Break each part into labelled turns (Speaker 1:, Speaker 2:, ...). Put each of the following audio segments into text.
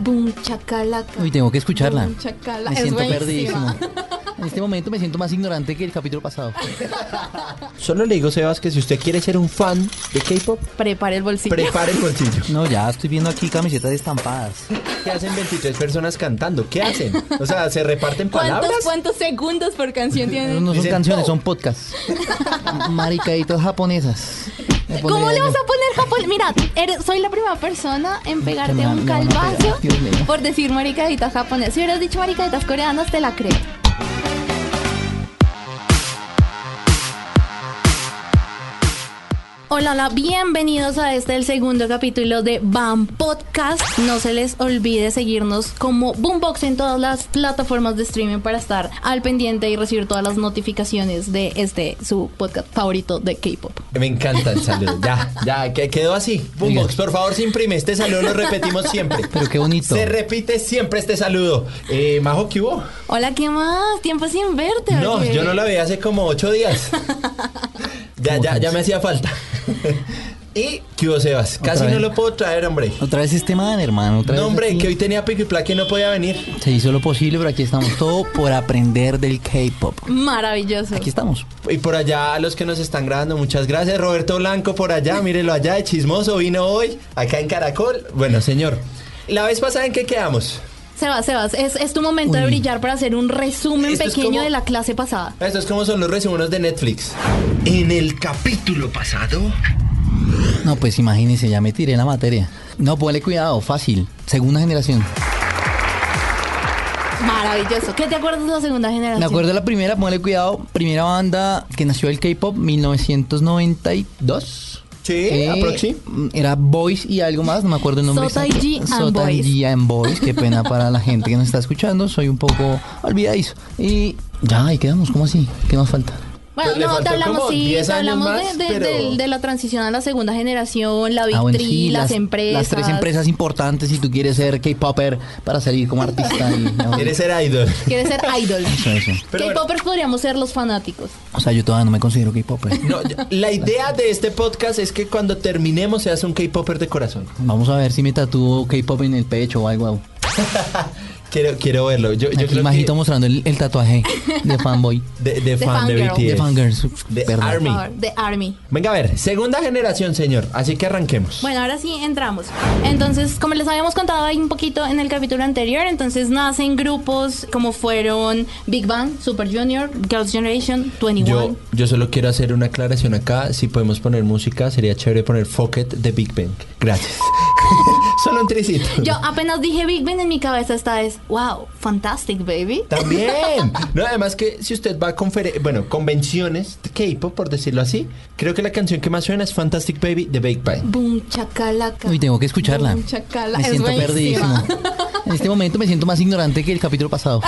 Speaker 1: Boom chacalaca.
Speaker 2: Uy, tengo que escucharla.
Speaker 1: Boom chacalaca.
Speaker 2: Me
Speaker 1: es
Speaker 2: siento
Speaker 1: buenísima.
Speaker 2: perdidísimo. En este momento me siento más ignorante que el capítulo pasado.
Speaker 3: Solo le digo, Sebas, que si usted quiere ser un fan de K-pop,
Speaker 1: Prepare el bolsillo.
Speaker 3: prepare el bolsillo.
Speaker 2: No, ya estoy viendo aquí camisetas estampadas.
Speaker 3: ¿Qué hacen 23 personas cantando? ¿Qué hacen? O sea, ¿se reparten
Speaker 1: ¿Cuántos,
Speaker 3: palabras?
Speaker 1: ¿Cuántos segundos por canción
Speaker 2: No
Speaker 1: tienen?
Speaker 2: son
Speaker 3: Dicen,
Speaker 2: canciones,
Speaker 3: "Oh".
Speaker 2: son podcasts. Maricaditas japonesas. Me
Speaker 1: ¿Cómo
Speaker 2: pondría
Speaker 1: le
Speaker 2: yo.
Speaker 1: vas a poner Japón? Mira, eres- soy la primera persona en pegarte
Speaker 2: me va-
Speaker 1: un
Speaker 2: me van a pegar,
Speaker 1: calvazo
Speaker 2: Dios mío.
Speaker 1: por decir maricaditas japonesas. Si hubieras dicho maricaditas coreanas, te la creo. Hola, hola, bienvenidos a este, el segundo capítulo de BAM Podcast. No se les olvide seguirnos como Boombox en todas las plataformas de streaming para estar al pendiente y recibir todas las notificaciones de este, su podcast favorito de K-pop.
Speaker 3: Me encanta el saludo. Ya, ya, que quedó así. Boombox, por favor, se imprime. Este saludo lo repetimos siempre.
Speaker 2: Pero qué bonito.
Speaker 3: Se repite siempre este saludo. Eh, Majo, ¿qué hubo?
Speaker 1: Hola, ¿qué más? Tiempo sin verte.
Speaker 3: No,
Speaker 1: oye.
Speaker 3: yo no la veía hace como ocho días. Ya, ya, ya me hacía falta. ¿Y qué hubo, Sebas? Casi
Speaker 2: Otra vez.
Speaker 3: no lo puedo traer, hombre.
Speaker 2: Otra vez este man, hermano. Otra
Speaker 3: No,
Speaker 2: vez
Speaker 3: hombre,
Speaker 2: aquí.
Speaker 3: que hoy tenía pico y placa y no podía venir.
Speaker 2: Se hizo lo posible, pero aquí estamos. Todo por aprender del K-pop.
Speaker 1: Maravilloso.
Speaker 2: Aquí estamos.
Speaker 3: Y por allá a los que nos están grabando, muchas gracias. Roberto Blanco por allá, mírelo allá, de chismoso, vino hoy, acá en Caracol. Bueno, señor, la vez pasada en que quedamos.
Speaker 1: Sebas, Sebas, es, es tu momento de
Speaker 2: Uy.
Speaker 1: brillar para hacer un resumen
Speaker 3: Esto es
Speaker 1: pequeño
Speaker 3: como-
Speaker 1: de la clase pasada.
Speaker 3: Esto es como son los resumos de Netflix. En el capítulo pasado.
Speaker 2: No, pues imagínense, ya me tiré la materia. No, ponle cuidado, fácil. Segunda generación.
Speaker 1: Maravilloso. ¿Qué te acuerdas de la segunda generación?
Speaker 2: Me acuerdo de la primera, ponle cuidado, primera banda que nació del K-pop, 1992.
Speaker 3: Sí,
Speaker 2: Eh,
Speaker 3: aproxi.
Speaker 2: Era Boys y algo más, no me acuerdo el nombre.
Speaker 1: Sota
Speaker 2: exacto.
Speaker 1: y G and
Speaker 2: Sota
Speaker 1: Boys.
Speaker 2: y G and Boys, qué pena para la gente que nos está escuchando, soy un poco olvidadizo. Y ya, ahí quedamos, ¿cómo así? ¿Qué nos falta?
Speaker 1: Bueno,
Speaker 3: Pues le
Speaker 1: no, te
Speaker 3: faltó
Speaker 1: hablamos,
Speaker 3: como
Speaker 1: sí,
Speaker 3: 10
Speaker 1: te
Speaker 3: años
Speaker 1: hablamos
Speaker 3: más,
Speaker 1: de, de-
Speaker 3: pero-
Speaker 1: del- de la transición a la segunda generación, la
Speaker 2: Ah,
Speaker 1: Big
Speaker 2: bueno,
Speaker 1: Three,
Speaker 2: sí,
Speaker 1: las, empresas.
Speaker 2: Las tres empresas importantes si tú quieres ser K-Popper para salir como artista. Y,
Speaker 3: Eres ser idol.
Speaker 1: Quieres ser idol.
Speaker 2: Eso, eso.
Speaker 3: Pero
Speaker 1: K-popers podríamos ser los fanáticos.
Speaker 2: O sea, yo todavía no me considero K-Popper.
Speaker 3: No, yo- la idea de este podcast es que cuando terminemos seas un K-Popper de corazón.
Speaker 2: Vamos a ver si me tatúo K-Pop en el pecho o algo.
Speaker 3: Quiero, quiero verlo. Yo, yo
Speaker 2: Aquí
Speaker 3: creo
Speaker 2: majito
Speaker 3: que
Speaker 2: mostrando el, el tatuaje de fanboy.
Speaker 3: de, de fan de
Speaker 1: fangirl.
Speaker 3: BTS.
Speaker 2: De fangirls.
Speaker 3: De
Speaker 2: Perdón.
Speaker 3: Army.
Speaker 1: Por favor, de Army.
Speaker 3: Venga, a ver, segunda generación, señor. Así que arranquemos.
Speaker 1: Bueno, ahora sí entramos. Entonces, como les habíamos contado ahí un poquito en el capítulo anterior, entonces nacen grupos como fueron Big Bang, Super Junior, Girls Generation, 21.
Speaker 3: Yo, yo solo quiero hacer una aclaración acá. Si podemos poner música, sería chévere poner Fuck It de Big Bang. Gracias. solo un tricito.
Speaker 1: Yo apenas dije Big Bang en mi cabeza esta vez. Wow, fantastic baby.
Speaker 3: También. No, además que si usted va a conferen- bueno, convenciones de K-pop, por decirlo así, creo que la canción que más suena es Fantastic Baby de Big Bang.
Speaker 1: Boom chacalaca.
Speaker 2: Uy, tengo que escucharla.
Speaker 1: Boom chacalaca.
Speaker 2: Me
Speaker 1: es
Speaker 2: siento
Speaker 1: buenísima.
Speaker 2: perdidísimo. En este momento me siento más ignorante que el capítulo pasado.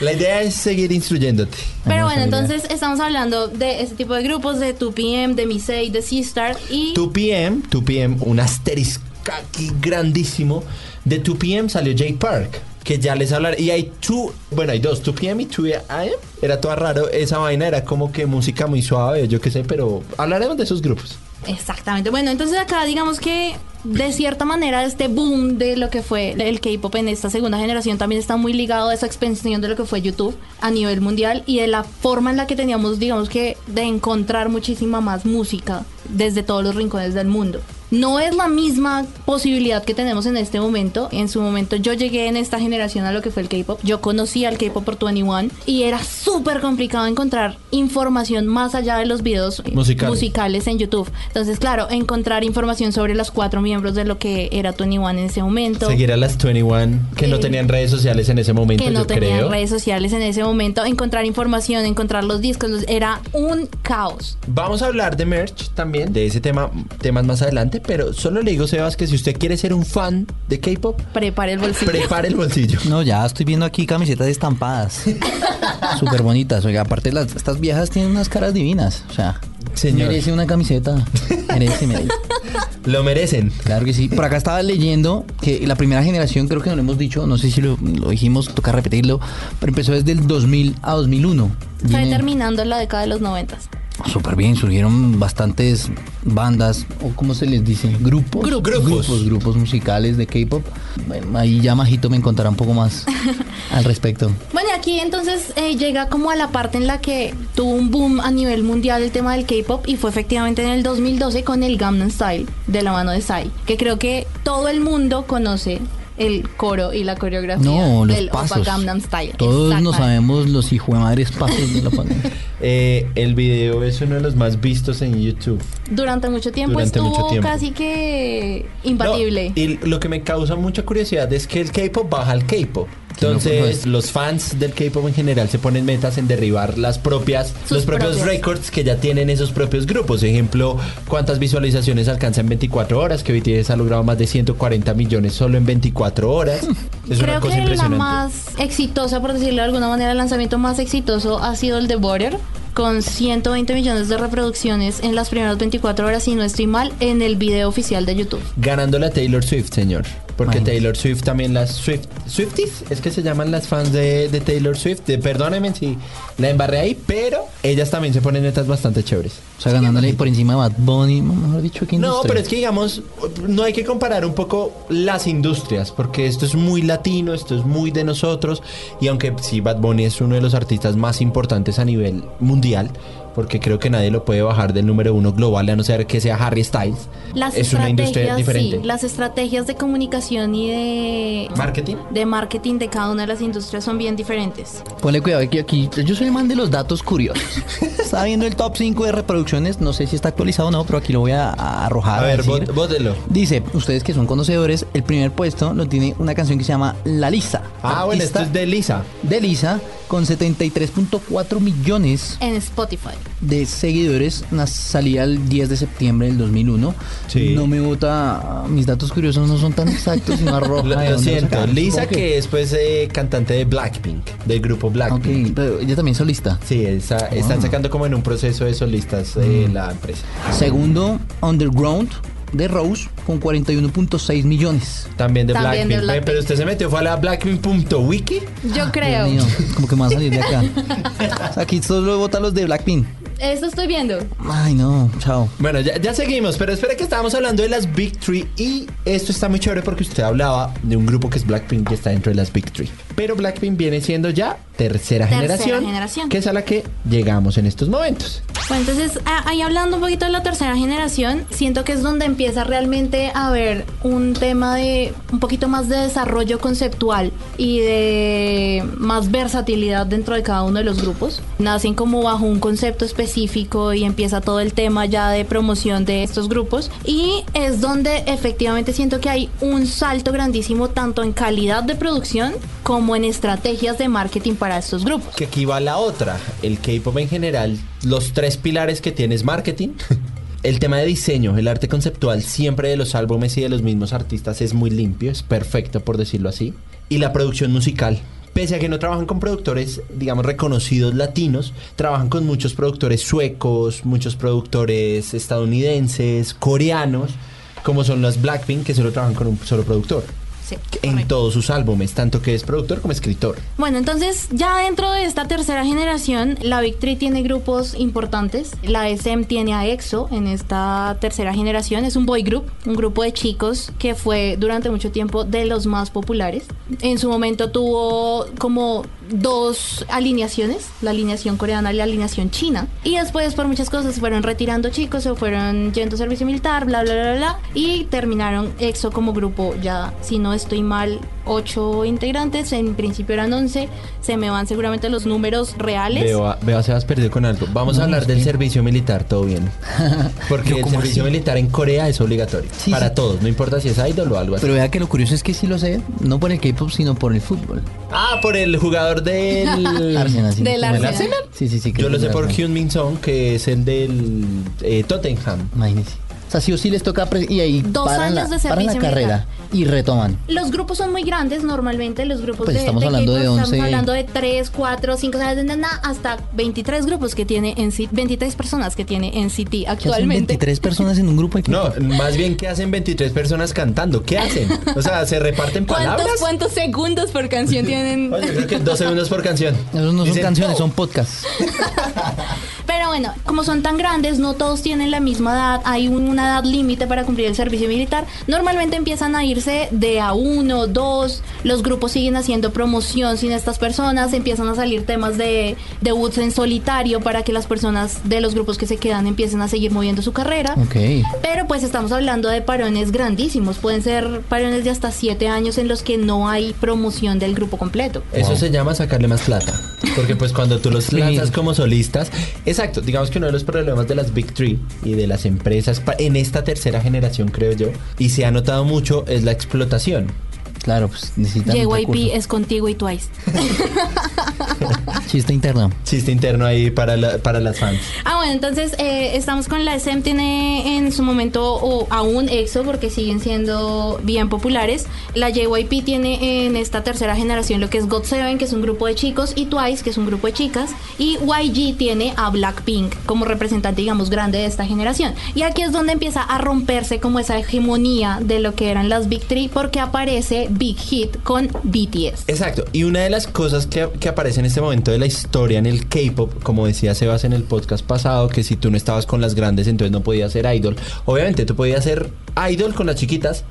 Speaker 3: La idea es seguir instruyéndote.
Speaker 1: Pero
Speaker 2: Vamos a
Speaker 1: bueno,
Speaker 2: mirar.
Speaker 1: entonces estamos hablando de este tipo de grupos, de 2PM, de Misei, de Sistar y...
Speaker 3: 2PM, 2PM, un asterisco aquí grandísimo. De 2PM salió Jake Park, que ya les hablaré. Y hay two, bueno, hay dos, 2PM y 2AM. Era todo raro, esa vaina era como que música muy suave, yo qué sé, pero hablaremos de esos grupos.
Speaker 1: Exactamente. Bueno, entonces acá digamos que de cierta manera este boom de lo que fue el K-pop en esta segunda generación también está muy ligado a esa expansión de lo que fue YouTube a nivel mundial y de la forma en la que teníamos digamos que de encontrar muchísima más música desde todos los rincones del mundo. No es la misma posibilidad que tenemos en este momento. En su momento yo llegué en esta generación a lo que fue el K-Pop. Yo conocí al K-Pop por 21 y era súper complicado encontrar información más allá de los videos eh,
Speaker 3: Musicales.
Speaker 1: musicales en YouTube. Entonces, claro, encontrar información sobre los cuatro miembros de lo que era 21 en ese momento.
Speaker 3: Seguir a las 21 que no
Speaker 1: Eh,
Speaker 3: tenían redes sociales en ese momento,
Speaker 1: que
Speaker 3: yo
Speaker 1: no tenían
Speaker 3: creo.
Speaker 1: redes sociales en ese momento, encontrar información, encontrar los discos, los- era un caos.
Speaker 3: Vamos a hablar de merch también, de ese tema, temas más adelante, pero solo le digo, Sebas, que si usted quiere ser un fan de K-pop,
Speaker 1: Prepare el bolsillo.
Speaker 3: prepare el bolsillo.
Speaker 2: No, ya estoy viendo aquí camisetas estampadas. Súper bonitas. Oiga, aparte las, estas viejas tienen unas caras divinas. O sea,
Speaker 3: Señor.
Speaker 2: merece una camiseta. Merece, merece.
Speaker 3: Lo merecen.
Speaker 2: Claro que sí. Por acá estaba leyendo que la primera generación, creo que no lo hemos dicho, no sé si lo, lo dijimos, toca repetirlo, pero empezó desde el 2000 a 2001.
Speaker 1: Fue
Speaker 2: Viene-
Speaker 1: terminando la década de los noventas.
Speaker 2: Súper bien, surgieron bastantes bandas, o cómo se les dice, grupos.
Speaker 3: Gru- grupos.
Speaker 2: Grupos, grupos musicales de K-pop. Bueno, ahí ya Majito me contará un poco más al respecto.
Speaker 1: Bueno, aquí entonces eh, llega como a la parte en la que tuvo un boom a nivel mundial el tema del K-pop y fue efectivamente en el 2012 con el Gangnam Style de la mano de Psy, que creo que todo el mundo conoce el coro y la coreografía
Speaker 2: No, los
Speaker 1: del Opa
Speaker 2: pasos.
Speaker 1: Gangnam Style.
Speaker 2: Todos no
Speaker 1: Exactamente.
Speaker 2: sabemos los hijos de madres pasos de la pandemia.
Speaker 3: Eh, el video es uno de los más vistos en YouTube.
Speaker 1: Durante mucho tiempo
Speaker 3: Durante
Speaker 1: estuvo
Speaker 3: mucho tiempo.
Speaker 1: casi que
Speaker 3: No,
Speaker 1: imbatible.
Speaker 3: y lo que me causa mucha curiosidad es que el K-pop baja al
Speaker 2: por
Speaker 3: K-pop. Entonces,
Speaker 2: favor.
Speaker 3: los fans del K-pop en general se ponen metas en derribar las propias,
Speaker 1: Sus
Speaker 3: los propios
Speaker 1: propias.
Speaker 3: records que ya tienen esos propios grupos. Ejemplo, cuántas visualizaciones alcanza en 24 horas, que BTS ha logrado más de 140 millones solo en 24 horas. Es
Speaker 1: Creo
Speaker 3: una cosa
Speaker 1: que la
Speaker 3: impresionante.
Speaker 1: más exitosa, por decirlo de alguna manera, el lanzamiento más exitoso ha sido el de Border, con 120 millones de reproducciones en las primeras 24 horas, si no estoy mal, en el video oficial de YouTube.
Speaker 3: Ganándole a Taylor Swift, señor. Porque
Speaker 2: Imagínese.
Speaker 3: Taylor Swift también las Swift, Swifties, es que se llaman las fans de, de Taylor Swift. De- perdónenme si la embarré ahí, pero ellas también se ponen metas bastante chéveres.
Speaker 2: O sea, ganándole por encima de Bad Bunny, mejor dicho, que
Speaker 3: No, pero es que digamos, no hay que comparar un poco las industrias, porque esto es muy latino, esto es muy de nosotros, y aunque sí, Bad Bunny es uno de los artistas más importantes a nivel mundial, porque creo que nadie lo puede bajar del número uno global, a no ser que sea Harry Styles.
Speaker 1: Las
Speaker 3: es una industria
Speaker 1: estrategias,
Speaker 3: diferente.
Speaker 1: sí, las estrategias de comunicación y de
Speaker 3: Marketing.
Speaker 1: de marketing de cada una de las industrias son bien diferentes.
Speaker 2: Ponle cuidado que aquí yo soy el man de los datos curiosos. Estaba viendo el top 5 de reproducciones, no sé si está actualizado o no, pero aquí lo voy a, a arrojar.
Speaker 3: A ver,
Speaker 2: decir.
Speaker 3: vó- vótelo.
Speaker 2: Dice, ustedes que son conocedores, el primer puesto lo tiene una canción que se llama La Lista.
Speaker 3: Ah, bueno, esto
Speaker 2: Artista
Speaker 3: es de Lisa.
Speaker 2: de Lisa con 73.4 millones
Speaker 1: En Spotify.
Speaker 2: de seguidores. na- Salía el 10 de septiembre del 2001.
Speaker 3: Sí.
Speaker 2: No me vota, mis datos curiosos no son tan exactos, sino arroja.
Speaker 3: Lo,
Speaker 2: de
Speaker 3: lo
Speaker 2: dónde
Speaker 3: siento,
Speaker 2: sacaron.
Speaker 3: Lisa
Speaker 2: Supongo
Speaker 3: que es pues eh, cantante de Blackpink, del grupo
Speaker 2: Ok,
Speaker 3: Blackpink.
Speaker 2: pero ella también es solista.
Speaker 3: Sí, esa- están sacando como en un proceso de solistas eh, la empresa.
Speaker 2: Segundo, Underground de Rose con 41.6 millones.
Speaker 3: También de
Speaker 1: También
Speaker 3: Blackpink.
Speaker 1: de
Speaker 3: Ve,
Speaker 1: Blackpink.
Speaker 3: Pero usted se metió, fue a la blackpink.wiki.
Speaker 1: Yo creo.
Speaker 2: Dios mío, como que me van a salir de acá. O sea, aquí solo votan los de Blackpink.
Speaker 1: Eso estoy viendo.
Speaker 2: Ay, no, chao.
Speaker 3: Bueno, ya, ya seguimos, pero espera que estábamos hablando de las Big Three y esto está muy chévere porque usted hablaba de un grupo que es Blackpink que está dentro de las Big Three. Pero Blackpink viene siendo ya
Speaker 1: Tercera
Speaker 3: tercera, generación,
Speaker 1: generación.
Speaker 3: que es a la que llegamos en estos momentos.
Speaker 1: Bueno, entonces a- ahí hablando un poquito de la tercera generación, siento que es donde empieza realmente a haber un tema de un poquito más de desarrollo conceptual y de más versatilidad dentro de cada uno de los grupos. Nacen como bajo un concepto específico y empieza todo el tema ya de promoción de estos grupos y es donde efectivamente siento que hay un salto grandísimo tanto en calidad de producción como en estrategias de marketing para estos grupos.
Speaker 3: Que aquí va la otra. El K-pop en general, los tres pilares que tiene es marketing. El tema de diseño, el arte conceptual siempre de los álbumes y de los mismos artistas es muy limpio, es perfecto por decirlo así. Y la producción musical. Pese a que no trabajan con productores, digamos, reconocidos latinos, trabajan con muchos productores suecos, muchos productores estadounidenses, coreanos, como son las Blackpink, que solo trabajan con un solo productor.
Speaker 1: Sí,
Speaker 3: En
Speaker 1: correcto.
Speaker 3: todos sus álbumes, tanto que es productor como escritor.
Speaker 1: Bueno, entonces ya dentro de esta tercera generación, la Big Three tiene grupos importantes. La SM tiene a EXO en esta tercera generación. Es un boy group, un grupo de chicos que fue durante mucho tiempo de los más populares. En su momento tuvo como dos alineaciones, la alineación coreana y la alineación china. Y después por muchas cosas se fueron retirando chicos, se fueron yendo a servicio militar, bla, bla, bla, bla. Y terminaron EXO como grupo ya, si no estoy mal, ocho integrantes, en principio eran 11, se me van seguramente los números reales.
Speaker 3: Veo a, veo a Sebas perdido con algo. Vamos a
Speaker 2: No,
Speaker 3: hablar
Speaker 2: es
Speaker 3: del
Speaker 2: que-
Speaker 3: servicio militar, todo bien. Porque
Speaker 2: Yo,
Speaker 3: el
Speaker 2: ¿cómo
Speaker 3: servicio
Speaker 2: así?
Speaker 3: militar en Corea es obligatorio.
Speaker 2: Sí,
Speaker 3: para
Speaker 2: sí.
Speaker 3: todos, no importa si es idol o algo así.
Speaker 2: Pero vea que lo curioso es que sí lo sé, no por el K-pop, sino por el fútbol.
Speaker 3: ah, por el jugador del
Speaker 2: Arsenal, sí.
Speaker 1: Del
Speaker 2: ¿Cómo era?
Speaker 1: Arsenal.
Speaker 2: Sí, sí, sí. que
Speaker 3: Yo
Speaker 2: es
Speaker 3: lo
Speaker 2: del
Speaker 3: sé por
Speaker 2: Arsenal.
Speaker 3: Hyun Min Song, que es el del eh, Tottenham.
Speaker 2: Imagínese. O sea, sí o sí les toca. pre- Y ahí
Speaker 1: Dos
Speaker 2: paran,
Speaker 1: años
Speaker 2: la,
Speaker 1: de
Speaker 2: paran la
Speaker 1: servicio
Speaker 2: carrera y retoman.
Speaker 1: Los grupos son muy grandes normalmente, los grupos
Speaker 2: Pues
Speaker 1: de,
Speaker 2: estamos
Speaker 1: de
Speaker 2: hablando de
Speaker 1: K-pop,
Speaker 2: 11.
Speaker 1: estamos hablando de 3, 4, 5, hasta 23 grupos que tiene en 23 personas que tiene en City
Speaker 2: ¿Qué hacen
Speaker 1: actualmente.
Speaker 2: 23 personas en un grupo aquí?
Speaker 3: No, más bien que hacen 23 personas cantando. ¿Qué hacen? O sea, se reparten
Speaker 1: ¿Cuántos,
Speaker 3: palabras.
Speaker 1: ¿Cuántos segundos por canción tienen?
Speaker 3: Oye, creo que dos segundos por canción.
Speaker 2: Esos no son
Speaker 3: Dicen,
Speaker 2: canciones,
Speaker 3: "Oh".
Speaker 2: son podcasts.
Speaker 1: Pero bueno, como son tan grandes, no todos tienen la misma edad, hay un- una edad límite para cumplir el servicio militar. Normalmente empiezan a irse de a uno, dos, los grupos siguen haciendo promoción sin estas personas, empiezan a salir temas de debuts en solitario para que las personas de los grupos que se quedan empiecen a seguir moviendo su carrera.
Speaker 2: Ok.
Speaker 1: Pero pues estamos hablando de parones grandísimos, pueden ser parones de hasta siete años en los que no hay promoción del grupo completo.
Speaker 3: Eso
Speaker 2: Wow.
Speaker 3: se llama sacarle más plata. Porque pues cuando tú los
Speaker 2: Sí.
Speaker 3: lanzas como solistas, exacto, digamos que uno de los problemas de las Big Three y de las empresas pa- en esta tercera generación, creo yo, y se ha notado mucho, es la explotación.
Speaker 2: Claro, pues necesitan. un
Speaker 1: JYP
Speaker 2: recurso.
Speaker 1: es contigo y Twice.
Speaker 2: Chiste interno.
Speaker 3: Chiste interno ahí para, la- para las fans.
Speaker 1: Ah, bueno, entonces eh, estamos con la SM, tiene en su momento o aún EXO porque siguen siendo bien populares. La JYP tiene en esta tercera generación lo que es GOT7, que es un grupo de chicos, y Twice, que es un grupo de chicas, y YG tiene a Blackpink como representante, digamos, grande de esta generación. Y aquí es donde empieza a romperse como esa hegemonía de lo que eran las Big Three porque aparece Big Hit con BTS.
Speaker 3: Exacto. Y una de las cosas que, que aparece en este momento de la historia en el K-pop, como decía Sebas en el podcast pasado, que si tú no estabas con las grandes, entonces no podías ser idol. Obviamente, tú podías ser idol con las chiquitas,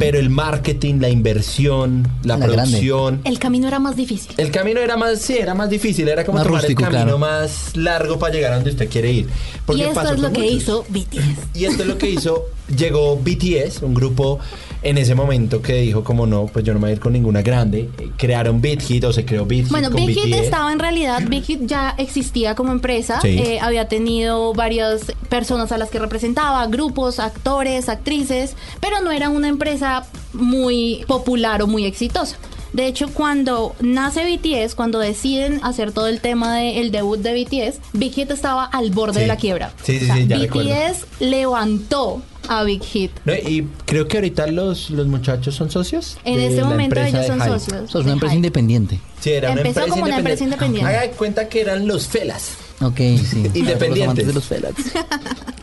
Speaker 3: pero el marketing, la inversión, la,
Speaker 2: La grande.
Speaker 3: producción.
Speaker 1: El camino era más difícil.
Speaker 3: El camino era más, sí, era más difícil, era como
Speaker 2: Más
Speaker 3: tomar
Speaker 2: rústico,
Speaker 3: el camino
Speaker 2: claro.
Speaker 3: más largo para llegar a donde usted quiere ir.
Speaker 1: Y
Speaker 3: Porque
Speaker 1: esto
Speaker 3: pasó
Speaker 1: es lo
Speaker 3: por
Speaker 1: que
Speaker 3: muchos.
Speaker 1: hizo BTS.
Speaker 3: Y esto es lo que hizo, llegó BTS, un grupo en ese momento que dijo como no, pues yo no me voy a ir con ninguna grande. Eh, Crearon Beat Hit o se creó Beat Hit
Speaker 1: Bueno,
Speaker 3: con
Speaker 1: Big Hit
Speaker 3: BTS.
Speaker 1: estaba en realidad, Big Hit ya existía como empresa,
Speaker 3: Sí.
Speaker 1: eh, había tenido varias personas a las que representaba, grupos, actores, actrices, pero no era una empresa muy popular o muy exitosa. De hecho, cuando nace BTS, cuando deciden hacer todo el tema del debut de BTS, Big Hit estaba al borde
Speaker 3: Sí.
Speaker 1: de la quiebra.
Speaker 3: Sí, sí, sí, ya
Speaker 1: BTS
Speaker 3: recuerdo.
Speaker 1: levantó a Big Hit.
Speaker 3: No, y creo que ahorita los, los muchachos son socios.
Speaker 1: En
Speaker 3: de
Speaker 1: este
Speaker 3: la
Speaker 1: momento
Speaker 3: empresa
Speaker 1: ellos
Speaker 3: de
Speaker 1: son
Speaker 3: Hype.
Speaker 1: socios.
Speaker 2: O sea, es una
Speaker 1: de
Speaker 2: empresa
Speaker 1: Hype.
Speaker 2: independiente.
Speaker 3: Sí, era una
Speaker 1: Empezó
Speaker 3: empresa
Speaker 1: como una empresa independiente.
Speaker 3: Haga de cuenta que eran los felas,
Speaker 2: Ok, sí.
Speaker 3: Independientes.
Speaker 2: Los amantes de los Felax.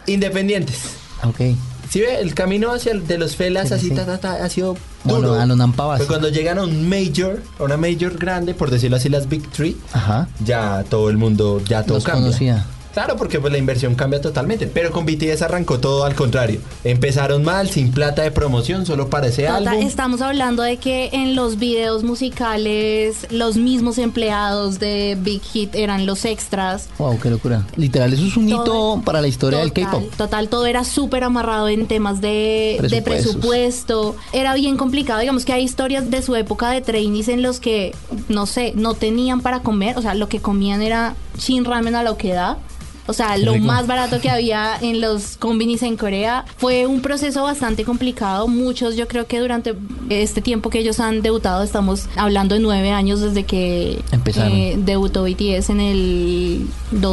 Speaker 3: independientes.
Speaker 2: Ok.
Speaker 3: Si ve, el camino hacia el de los felas
Speaker 2: Sí,
Speaker 3: así,
Speaker 2: sí.
Speaker 3: ta, ta, ta, ha sido
Speaker 2: Bueno,
Speaker 3: duro.
Speaker 2: a lo Nampa Basi.
Speaker 3: Pero cuando llegan a un major, a una major grande, por decirlo así, las Big Three,
Speaker 2: Ajá.
Speaker 3: ya todo el mundo, ya todo
Speaker 2: Los
Speaker 3: cambia.
Speaker 2: conocía.
Speaker 3: Claro, porque pues la inversión cambia totalmente. Pero con BTS arrancó todo al contrario. Empezaron mal, sin plata de promoción, solo para ese
Speaker 1: Tota,
Speaker 3: álbum.
Speaker 1: Estamos hablando de que en los videos musicales los mismos empleados de Big Hit eran los extras.
Speaker 2: Wow, qué locura. Literal, eso es un hito
Speaker 1: Todo-
Speaker 2: para la historia del
Speaker 1: Total,
Speaker 2: K-pop.
Speaker 1: Total, todo era súper amarrado en temas de, de
Speaker 2: Presupuestos.
Speaker 1: presupuesto. Era bien complicado. Digamos que hay historias de su época de trainees en los que, no sé, no tenían para comer. O sea, lo que comían era chin ramen a lo que da. O sea, lo
Speaker 2: rico.
Speaker 1: más barato que había en los combinis en Corea. Fue un proceso bastante complicado. Muchos, yo creo que durante este tiempo que ellos han debutado, estamos hablando de nueve años desde que
Speaker 2: Empezaron.
Speaker 1: eh, debutó BTS en el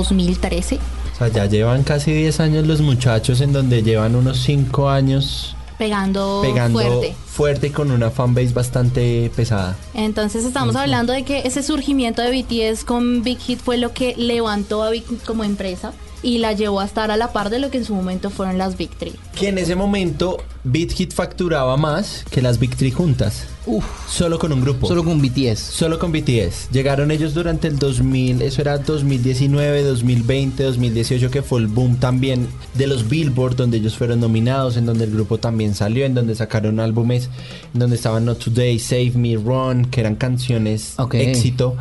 Speaker 1: 2013.
Speaker 3: O sea, ya llevan casi 10 años los muchachos en donde llevan unos 5 años
Speaker 1: pegando,
Speaker 3: pegando
Speaker 1: fuerte.
Speaker 3: fuerte y con una fanbase bastante pesada.
Speaker 1: Entonces estamos hablando de que ese surgimiento de BTS con Big Hit fue lo que levantó a Big Hit como empresa y la llevó a estar a la par de lo que en su momento fueron las Big Three.
Speaker 3: Que en ese momento Beat Hit facturaba más que las Big Three juntas.
Speaker 2: Uf.
Speaker 3: Solo con un grupo.
Speaker 2: Solo con BTS.
Speaker 3: Solo con BTS. Llegaron ellos durante el 2000, eso era 2019, 2020, 2018, que fue el boom también de los Billboard, donde ellos fueron nominados, en donde el grupo también salió, en donde sacaron álbumes, en donde estaban No Today, Save Me, Run, que eran canciones
Speaker 2: Ok.
Speaker 3: éxito.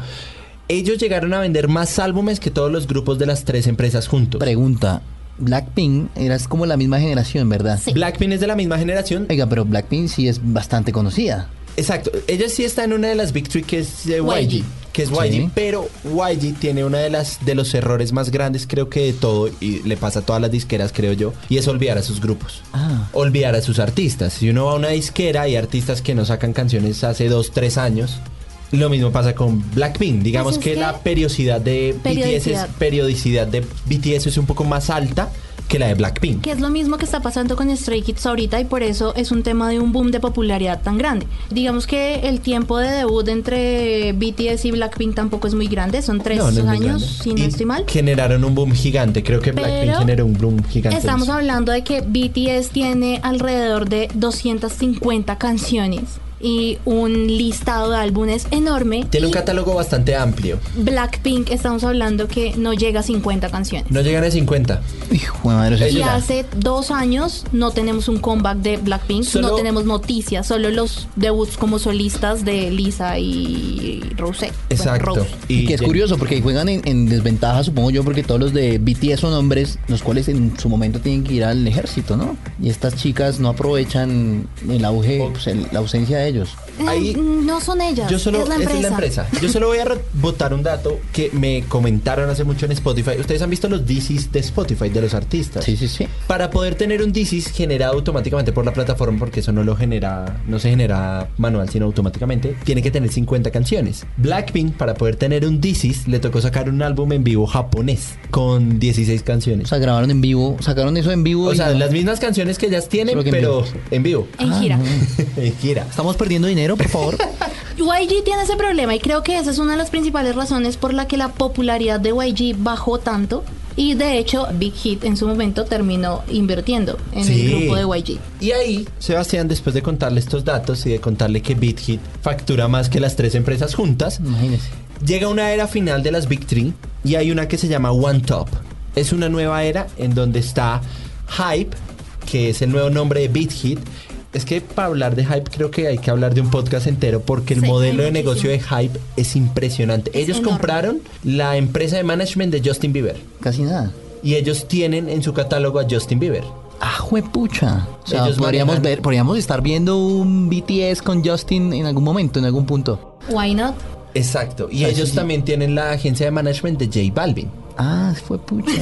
Speaker 3: ellos llegaron a vender más álbumes que todos los grupos de las tres empresas juntos.
Speaker 2: Pregunta. Blackpink eras como la misma generación, ¿verdad?
Speaker 1: Sí.
Speaker 3: Blackpink es de la misma generación.
Speaker 2: Oiga, pero Blackpink sí es bastante conocida.
Speaker 3: Exacto. Ella sí está en una de las Big Three que es eh,
Speaker 1: YG.
Speaker 3: YG. Que es YG,
Speaker 2: Sí.
Speaker 3: pero YG tiene una de las de los errores más grandes, creo que de todo, y le pasa a todas las disqueras, creo yo, y es olvidar a sus grupos.
Speaker 2: Ah.
Speaker 3: Olvidar a sus artistas. Si uno va a una disquera y artistas que no sacan canciones hace dos, tres años, lo mismo pasa con Blackpink. Digamos
Speaker 1: Pues
Speaker 3: que
Speaker 1: es que-
Speaker 3: la periodicidad de BTS
Speaker 1: Periodicidad.
Speaker 3: es, periodicidad de BTS es un poco más alta que la de Blackpink.
Speaker 1: Que es lo mismo que está pasando con Stray Kids ahorita y por eso es un tema de un boom de popularidad tan grande. Digamos que el tiempo de debut entre BTS y Blackpink tampoco es muy grande, son tres
Speaker 3: No, no es muy
Speaker 1: años,
Speaker 3: grande.
Speaker 1: si no
Speaker 3: Y
Speaker 1: estoy mal.
Speaker 3: Generaron un boom gigante. Creo que Blackpink
Speaker 1: Pero
Speaker 3: generó un boom gigante.
Speaker 1: Estamos hablando de que BTS tiene alrededor de 250 canciones y un listado de álbumes enorme.
Speaker 3: Tiene un
Speaker 1: y
Speaker 3: catálogo bastante amplio.
Speaker 1: Blackpink estamos hablando que no llega a 50 canciones.
Speaker 3: No llegan a 50.
Speaker 2: Hijo de madre, o sea,
Speaker 1: Y
Speaker 3: Ellos-
Speaker 1: hace dos años no tenemos un comeback de Blackpink,
Speaker 3: Solo-
Speaker 1: no tenemos noticias, solo los debuts como solistas de Lisa y Rosé.
Speaker 3: Exacto.
Speaker 2: Y que es
Speaker 3: Jen-
Speaker 2: curioso porque juegan en, en desventaja, supongo yo, porque todos los de BTS son hombres, los cuales en su momento tienen que ir al ejército, ¿no? Y estas chicas no aprovechan el auge, pues, el- la ausencia de ellos.
Speaker 3: Ahí-
Speaker 1: no son ellas,
Speaker 3: Yo solo,
Speaker 1: es la empresa.
Speaker 3: Yo solo voy a re- botar un dato que me comentaron hace mucho en Spotify. Ustedes han visto los DCs de Spotify de los artistas.
Speaker 2: Sí, sí, sí.
Speaker 3: Para poder tener un DCs generado automáticamente por la plataforma, porque eso no lo genera, no se genera manual, sino automáticamente, tiene que tener 50 canciones. Blackpink, para poder tener un DCs, le tocó sacar un álbum en vivo japonés con 16
Speaker 2: O
Speaker 3: canciones.
Speaker 2: sea, grabaron en vivo, sacaron eso en vivo.
Speaker 3: O
Speaker 2: y
Speaker 3: sea,
Speaker 2: no-
Speaker 3: las mismas canciones que ellas tienen,
Speaker 2: Solo que en
Speaker 3: pero en vivo.
Speaker 1: En
Speaker 2: Ah,
Speaker 1: gira.
Speaker 2: no.
Speaker 3: Gira.
Speaker 2: Estamos perdiendo dinero, por favor.
Speaker 1: YG tiene ese problema y creo que esa es una de las principales razones por la que la popularidad de YG bajó tanto. Y de hecho, Big Hit en su momento terminó invirtiendo en
Speaker 3: Sí.
Speaker 1: el grupo de YG.
Speaker 3: Y ahí, Sebastián, después de contarle estos datos y de contarle que BitHit factura más que las tres empresas juntas,
Speaker 2: Imagínense.
Speaker 3: llega una era final de las Big Three y hay una que se llama One Top. Es una nueva era en donde está Hype, que es el nuevo nombre de BitHit. Es que para hablar de Hype creo que hay que hablar de un podcast entero porque el
Speaker 1: Sí,
Speaker 3: modelo
Speaker 1: hay
Speaker 3: de negocio de Hype es impresionante.
Speaker 1: Es
Speaker 3: Ellos
Speaker 1: enorme.
Speaker 3: compraron la empresa de management de Justin Bieber
Speaker 2: Casi nada.
Speaker 3: y ellos tienen en su catálogo a Justin Bieber.
Speaker 2: Ah, juepucha. O sea,
Speaker 3: Ellos
Speaker 2: podríamos
Speaker 3: manejan-
Speaker 2: ver, podríamos estar viendo un BTS con Justin en algún momento, en algún punto.
Speaker 1: Why not?
Speaker 3: Exacto. Y
Speaker 2: Ah, sí,
Speaker 3: ellos
Speaker 2: sí.
Speaker 3: también tienen la agencia de management de J Balvin.
Speaker 2: Ah, juepucha.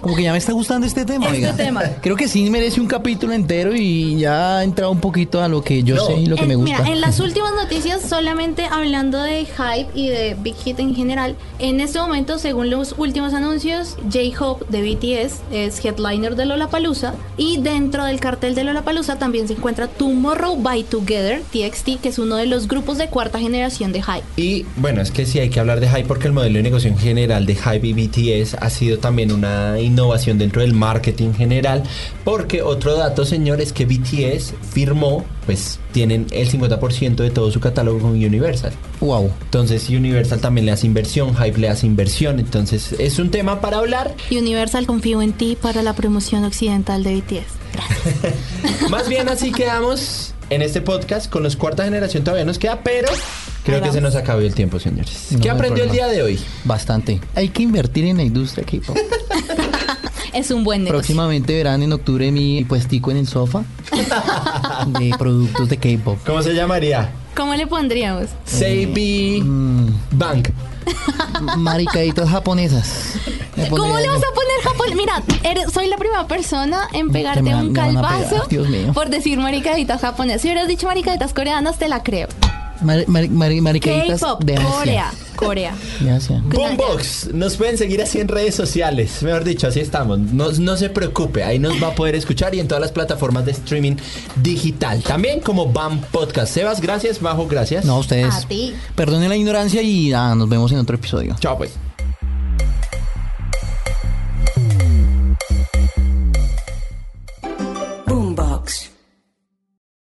Speaker 2: Como que ya me está gustando este tema,
Speaker 1: Este
Speaker 2: oiga.
Speaker 1: tema.
Speaker 2: Creo que sí merece un capítulo entero y ya ha entrado un poquito a lo que yo
Speaker 3: No.
Speaker 2: sé y lo que
Speaker 1: En-
Speaker 2: me gusta.
Speaker 1: Mira, en las últimas noticias, solamente hablando de Hype y de Big Hit en general, en este momento, según los últimos anuncios, J-Hope de BTS es headliner de Lollapalooza y dentro del cartel de Lollapalooza también se encuentra Tomorrow by Together, TXT, que es uno de los grupos de cuarta generación de Hype.
Speaker 3: Y bueno, es que sí hay que hablar de Hype porque el modelo de negocio en general de Hype y BTS ha sido también una innovación dentro del marketing general. Porque otro dato, señor, es que BTS firmó, pues tienen el 50% de todo su catálogo con Universal.
Speaker 2: Wow.
Speaker 3: Entonces Universal también le hace inversión, Hype le hace inversión. Entonces es un tema para hablar.
Speaker 1: Universal, confío en ti para la promoción occidental de BTS.
Speaker 3: Más bien así quedamos en este podcast. Con los cuarta generación todavía nos queda, pero creo que se nos acabó el tiempo, señores.
Speaker 2: No,
Speaker 3: ¿Qué
Speaker 2: no hay
Speaker 3: aprendió el día
Speaker 2: problema.
Speaker 3: de hoy?
Speaker 2: Bastante. Hay que invertir en la industria aquí. po.
Speaker 1: pues. Es un buen negocio.
Speaker 2: Próximamente verán en octubre mi puestico en el sofá de productos de K-pop.
Speaker 3: ¿Cómo se llamaría?
Speaker 1: ¿Cómo le pondríamos?
Speaker 3: Seibi Bank.
Speaker 2: Maricaditas japonesas. Me
Speaker 1: ¿Cómo
Speaker 2: pondría
Speaker 1: le
Speaker 2: yo.
Speaker 1: vas a poner Japón? Mira, eres- soy la primera persona en pegarte
Speaker 2: me van-
Speaker 1: un
Speaker 2: me van a pegar,
Speaker 1: calvazo
Speaker 2: Dios mío.
Speaker 1: por decir maricaditas japonesas. Si hubieras dicho maricaditas coreanas, te la creo.
Speaker 2: Mari- mari- mari- maricaditas
Speaker 1: K-pop,
Speaker 2: de Asia.
Speaker 1: Corea, Corea.
Speaker 2: De Asia.
Speaker 3: Boombox. Nos pueden seguir así en redes sociales. Mejor dicho, así estamos. No, no se preocupe. Ahí nos va a poder escuchar y en todas las plataformas de streaming digital. También como BAM Podcast. Sebas, gracias. Bajo, gracias.
Speaker 2: No, ustedes.
Speaker 1: A ti.
Speaker 2: Perdonen la ignorancia y ah, nos vemos en otro episodio.
Speaker 3: Chao, pues.